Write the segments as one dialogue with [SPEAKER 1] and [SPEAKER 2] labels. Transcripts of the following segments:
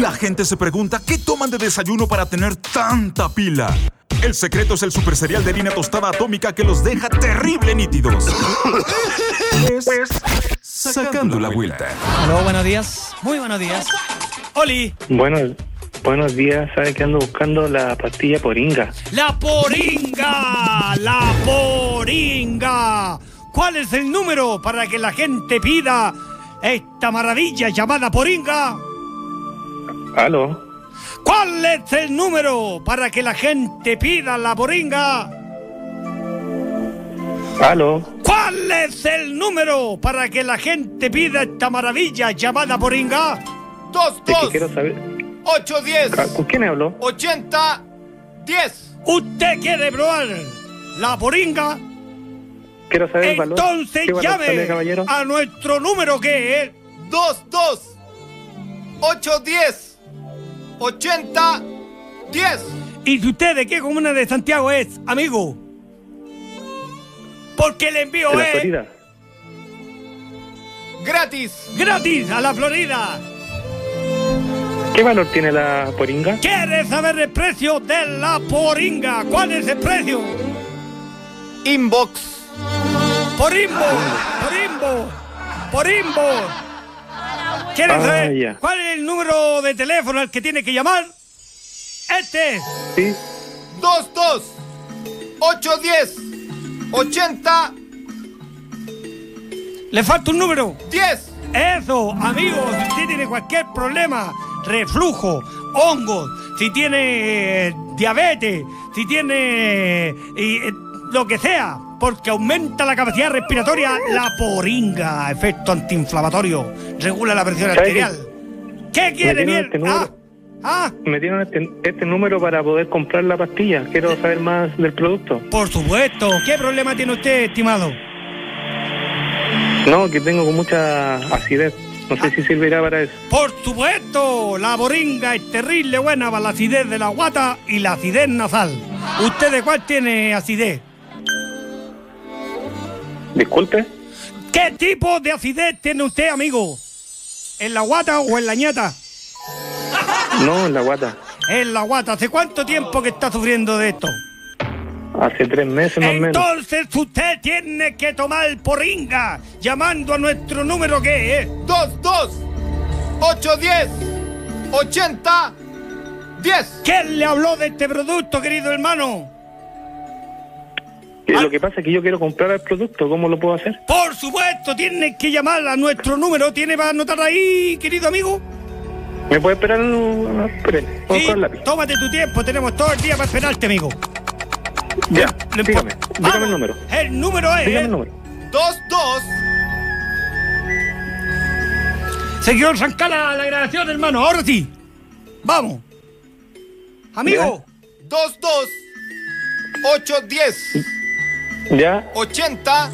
[SPEAKER 1] La gente se pregunta qué toman de desayuno para tener tanta pila. El secreto es el super cereal de harina tostada atómica que los deja terrible nítidos. Es sacando la vuelta.
[SPEAKER 2] Aló, buenos días. Muy buenos días. Oli,
[SPEAKER 3] Buenos, buenos días, ¿sabe que ando buscando la pastilla por Inga?
[SPEAKER 2] la poringa, la poringa. ¿Cuál es el número para que la gente pida esta maravilla llamada poringa?
[SPEAKER 3] ¿Aló?
[SPEAKER 2] ¿Cuál es el número para que la gente pida la poringa?
[SPEAKER 3] ¿Aló?
[SPEAKER 2] ¿Cuál es el número para que la gente pida esta maravilla llamada poringa?
[SPEAKER 4] Dos,
[SPEAKER 3] Es que
[SPEAKER 4] dos,
[SPEAKER 3] quiero saber...
[SPEAKER 4] ocho, diez,
[SPEAKER 3] Ca- ¿Con quién habló?
[SPEAKER 4] ochenta, diez.
[SPEAKER 2] ¿Usted quiere probar la poringa?
[SPEAKER 3] Quiero saber el valor.
[SPEAKER 2] Entonces Ah,
[SPEAKER 3] ¿Qué valor sale,
[SPEAKER 2] llame
[SPEAKER 3] caballero?
[SPEAKER 2] a nuestro número que es
[SPEAKER 4] Dos, dos, ocho, diez, ochenta, diez.
[SPEAKER 2] ¿Y si usted de qué comuna de Santiago es, amigo? Porque el envío
[SPEAKER 3] De la
[SPEAKER 2] es
[SPEAKER 3] Florida.
[SPEAKER 4] Gratis.
[SPEAKER 2] gratis a la Florida.
[SPEAKER 3] ¿Qué valor tiene la poringa?
[SPEAKER 2] ¿Quieres saber el precio de la poringa? ¿Cuál es el precio?
[SPEAKER 4] Inbox.
[SPEAKER 2] Por imbo, por imbo, por imbo. ¿Quieres
[SPEAKER 3] Ah,
[SPEAKER 2] saber
[SPEAKER 3] ya.
[SPEAKER 2] cuál es el número de teléfono al que tiene que llamar? Este es.
[SPEAKER 3] Sí.
[SPEAKER 4] Dos, dos, ocho, diez, ochenta,
[SPEAKER 2] Le falta un número.
[SPEAKER 4] diez.
[SPEAKER 2] Eso, amigos, si usted tiene cualquier problema, reflujo, hongos, si tiene eh, diabetes, si tiene eh, y, eh, lo que sea, porque aumenta la capacidad respiratoria, la poringa, efecto antiinflamatorio, regula la presión
[SPEAKER 3] ¿Sabe
[SPEAKER 2] arterial. ¿Qué quiere
[SPEAKER 3] dieron
[SPEAKER 2] bien?
[SPEAKER 3] este
[SPEAKER 2] ah,
[SPEAKER 3] número.
[SPEAKER 2] ah,
[SPEAKER 3] Me dieron este, este número para poder comprar la pastilla. Quiero saber más del producto.
[SPEAKER 2] por supuesto. ¿Qué problema tiene usted, estimado?
[SPEAKER 3] No, que tengo con mucha acidez. No
[SPEAKER 2] Ah.
[SPEAKER 3] sé si servirá para eso.
[SPEAKER 2] Por supuesto, la boringa es terrible buena para la acidez de la guata y la acidez nasal. ¿Usted de cuál tiene acidez?
[SPEAKER 3] Disculpe.
[SPEAKER 2] ¿Qué tipo de acidez tiene usted, amigo? ¿En la guata o en la ñata?
[SPEAKER 3] No, en la guata.
[SPEAKER 2] En la guata. ¿Hace cuánto tiempo que está sufriendo de esto?
[SPEAKER 3] Hace tres meses más o menos.
[SPEAKER 2] Entonces usted tiene que tomar poringa llamando a nuestro número que es.
[SPEAKER 4] Dos, dos, ocho, diez, ochenta, diez.
[SPEAKER 2] ¿Quién le habló de este producto, querido hermano?
[SPEAKER 3] Que Lo que pasa es que yo quiero comprar el producto. ¿Cómo lo puedo hacer?
[SPEAKER 2] Por supuesto, tiene que llamar a nuestro número. ¿Tiene para anotar ahí, querido amigo?
[SPEAKER 3] ¿Me puede esperar? un- no, espere. Voy
[SPEAKER 2] Sí,
[SPEAKER 3] con el lápiz.
[SPEAKER 2] tómate tu tiempo. Tenemos todo el día para esperarte, amigo.
[SPEAKER 3] Ya.
[SPEAKER 2] No
[SPEAKER 3] Dígame.
[SPEAKER 2] importa.
[SPEAKER 3] Dígame
[SPEAKER 2] Vamos.
[SPEAKER 3] el número.
[SPEAKER 2] El número es...
[SPEAKER 3] Dígame el número.
[SPEAKER 4] Dos, dos,
[SPEAKER 2] Se quedó zancada la grabación, hermano. Ahora sí. Vamos. Amigo,
[SPEAKER 4] dos, dos, ocho, diez.
[SPEAKER 3] Ya.
[SPEAKER 4] 80.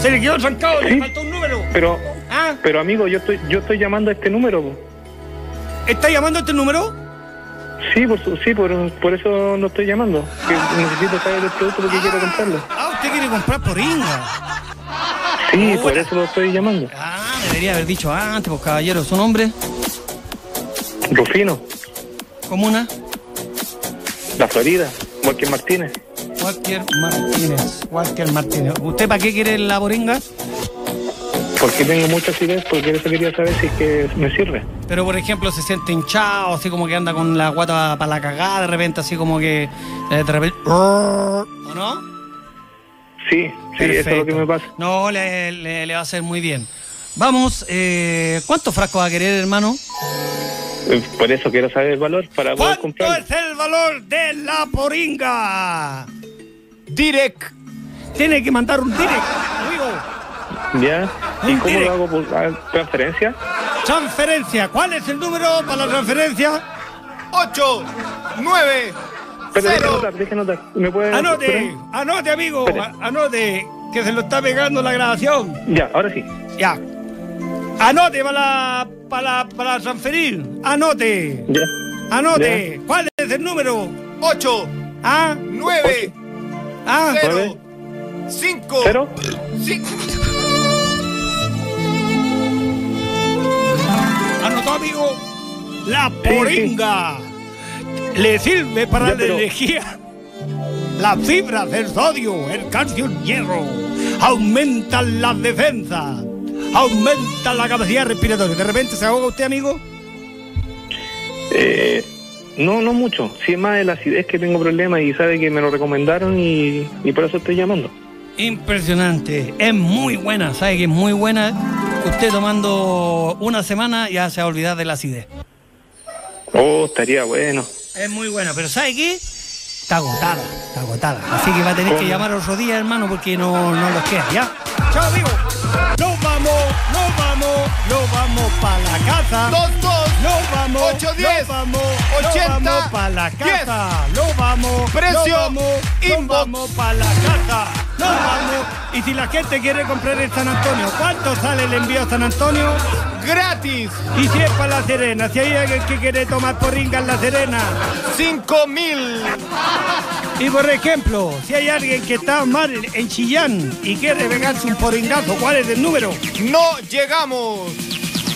[SPEAKER 2] se le quedó zancado, le
[SPEAKER 3] Sí.
[SPEAKER 2] faltó un número.
[SPEAKER 3] Pero,
[SPEAKER 2] ¿Ah?
[SPEAKER 3] pero amigo, yo estoy, yo estoy llamando a este número. po.
[SPEAKER 2] ¿Está llamando este número?
[SPEAKER 3] Sí, por, su- sí, por, por eso no estoy llamando. Que necesito saber el producto porque quiero comprarlo.
[SPEAKER 2] Ah, usted quiere comprar por Inga.
[SPEAKER 3] Sí, por eso lo estoy llamando.
[SPEAKER 2] Ah, debería haber dicho antes, pues caballero, su nombre,
[SPEAKER 3] Rufino,
[SPEAKER 2] comuna,
[SPEAKER 3] La Florida, Joaquín Martínez.
[SPEAKER 2] Walker Martínez. Walker Martínez. ¿Usted para qué quiere la boringa?
[SPEAKER 3] Porque tengo muchas ideas, porque eso quería saber si es que me sirve.
[SPEAKER 2] Pero por ejemplo se siente hinchado, así como que anda con la guata para la cagada de repente, así como que eh, de repente. ¿O no?
[SPEAKER 3] Sí, sí, eso es lo que
[SPEAKER 2] Perfecto.
[SPEAKER 3] me pasa.
[SPEAKER 2] No, le, le- le va a hacer muy bien. Vamos, eh, ¿cuántos frascos va a querer, hermano?
[SPEAKER 3] Eh, Por eso quiero saber el valor para poder
[SPEAKER 2] ¿Cuánto
[SPEAKER 3] comprarlo.
[SPEAKER 2] es el valor de la poringa?
[SPEAKER 4] Direct.
[SPEAKER 2] Tiene que mandar un direct, amigo.
[SPEAKER 3] ¿Ya? ¿Y
[SPEAKER 2] Un
[SPEAKER 3] cómo
[SPEAKER 2] direct.
[SPEAKER 3] lo hago? por ah, ¿Transferencia?
[SPEAKER 2] Transferencia. ¿Cuál es el número para la transferencia?
[SPEAKER 4] 8. 9.
[SPEAKER 3] Pero déjame
[SPEAKER 4] 0.
[SPEAKER 3] notar, déjame notar. ¿Me puede
[SPEAKER 2] Anote,
[SPEAKER 3] espera?
[SPEAKER 2] anote, amigo,
[SPEAKER 3] Eh, Espere.
[SPEAKER 2] anote, que se lo está pegando la grabación.
[SPEAKER 3] Ya, ahora sí.
[SPEAKER 2] Ya. Anote para, para, para transferir. Anote,
[SPEAKER 3] Ya.
[SPEAKER 2] anote. ¿Cuál es el número?
[SPEAKER 4] 8.
[SPEAKER 2] Ah,
[SPEAKER 4] 9.
[SPEAKER 2] ah.
[SPEAKER 4] 0. 5.
[SPEAKER 3] ¿Cero?
[SPEAKER 4] 5.
[SPEAKER 2] Anotó, amigo. La poringa le sirve para
[SPEAKER 3] Ya, pero-
[SPEAKER 2] la energía. Las fibras del sodio, el calcio, el hierro aumentan las defensas, aumentan la capacidad respiratoria. ¿De repente se ahoga usted, amigo?
[SPEAKER 3] Eh, no, no mucho. Si es más de la acidez que tengo problemas y sabe que me lo recomendaron y, y por eso estoy llamando.
[SPEAKER 2] Impresionante, es muy buena, sabe que es muy buena. Usted tomando una semana ya se ha olvidado de la acidez.
[SPEAKER 3] Oh, estaría bueno.
[SPEAKER 2] Es muy buena, pero ¿sabe qué? Está agotada, está agotada. Así que va a tener que llamar otro día, hermano, porque no, no los queda, ¿ya? ¡Chao, amigo! ¡Nos vamos, nos vamos, nos vamos para la casa!
[SPEAKER 4] Dos, dos.
[SPEAKER 2] ¡Nos vamos,
[SPEAKER 4] Ocho, diez,
[SPEAKER 2] nos vamos,
[SPEAKER 4] ochenta,
[SPEAKER 2] nos vamos para la
[SPEAKER 4] diez.
[SPEAKER 2] casa! ¡Nos vamos, nos
[SPEAKER 4] Precio
[SPEAKER 2] vamos, nos
[SPEAKER 4] inbox.
[SPEAKER 2] vamos para la casa! ¡Nos vamos! Y si la gente quiere comprar en San Antonio, ¿cuánto sale el envío a San Antonio?
[SPEAKER 4] Gratis.
[SPEAKER 2] Y si es para La Serena, si hay alguien que quiere tomar porringa en La Serena,
[SPEAKER 4] Cinco mil.
[SPEAKER 2] Y por ejemplo, si hay alguien que está mal en Chillán y quiere pegarse un poringazo, ¿cuál es el número?
[SPEAKER 4] No llegamos.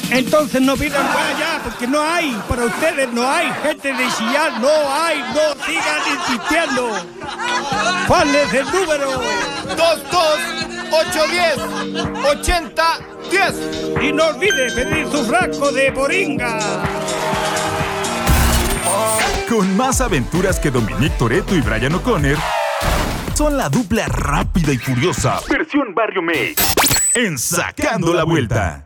[SPEAKER 2] Entonces no pidan para allá, porque no hay, para ustedes no hay, gente de Chillán no hay, no sigan insistiendo. ¿Cuál es el número?
[SPEAKER 4] Dos, dos. Ocho, diez. Ochenta, diez.
[SPEAKER 2] Y no olvide pedir su frasco de poringa.
[SPEAKER 1] Con más aventuras que Dominique Toretto y Brian O'Connor, son la dupla rápida y furiosa. Versión Barrio Mix. En Sacando la Vuelta.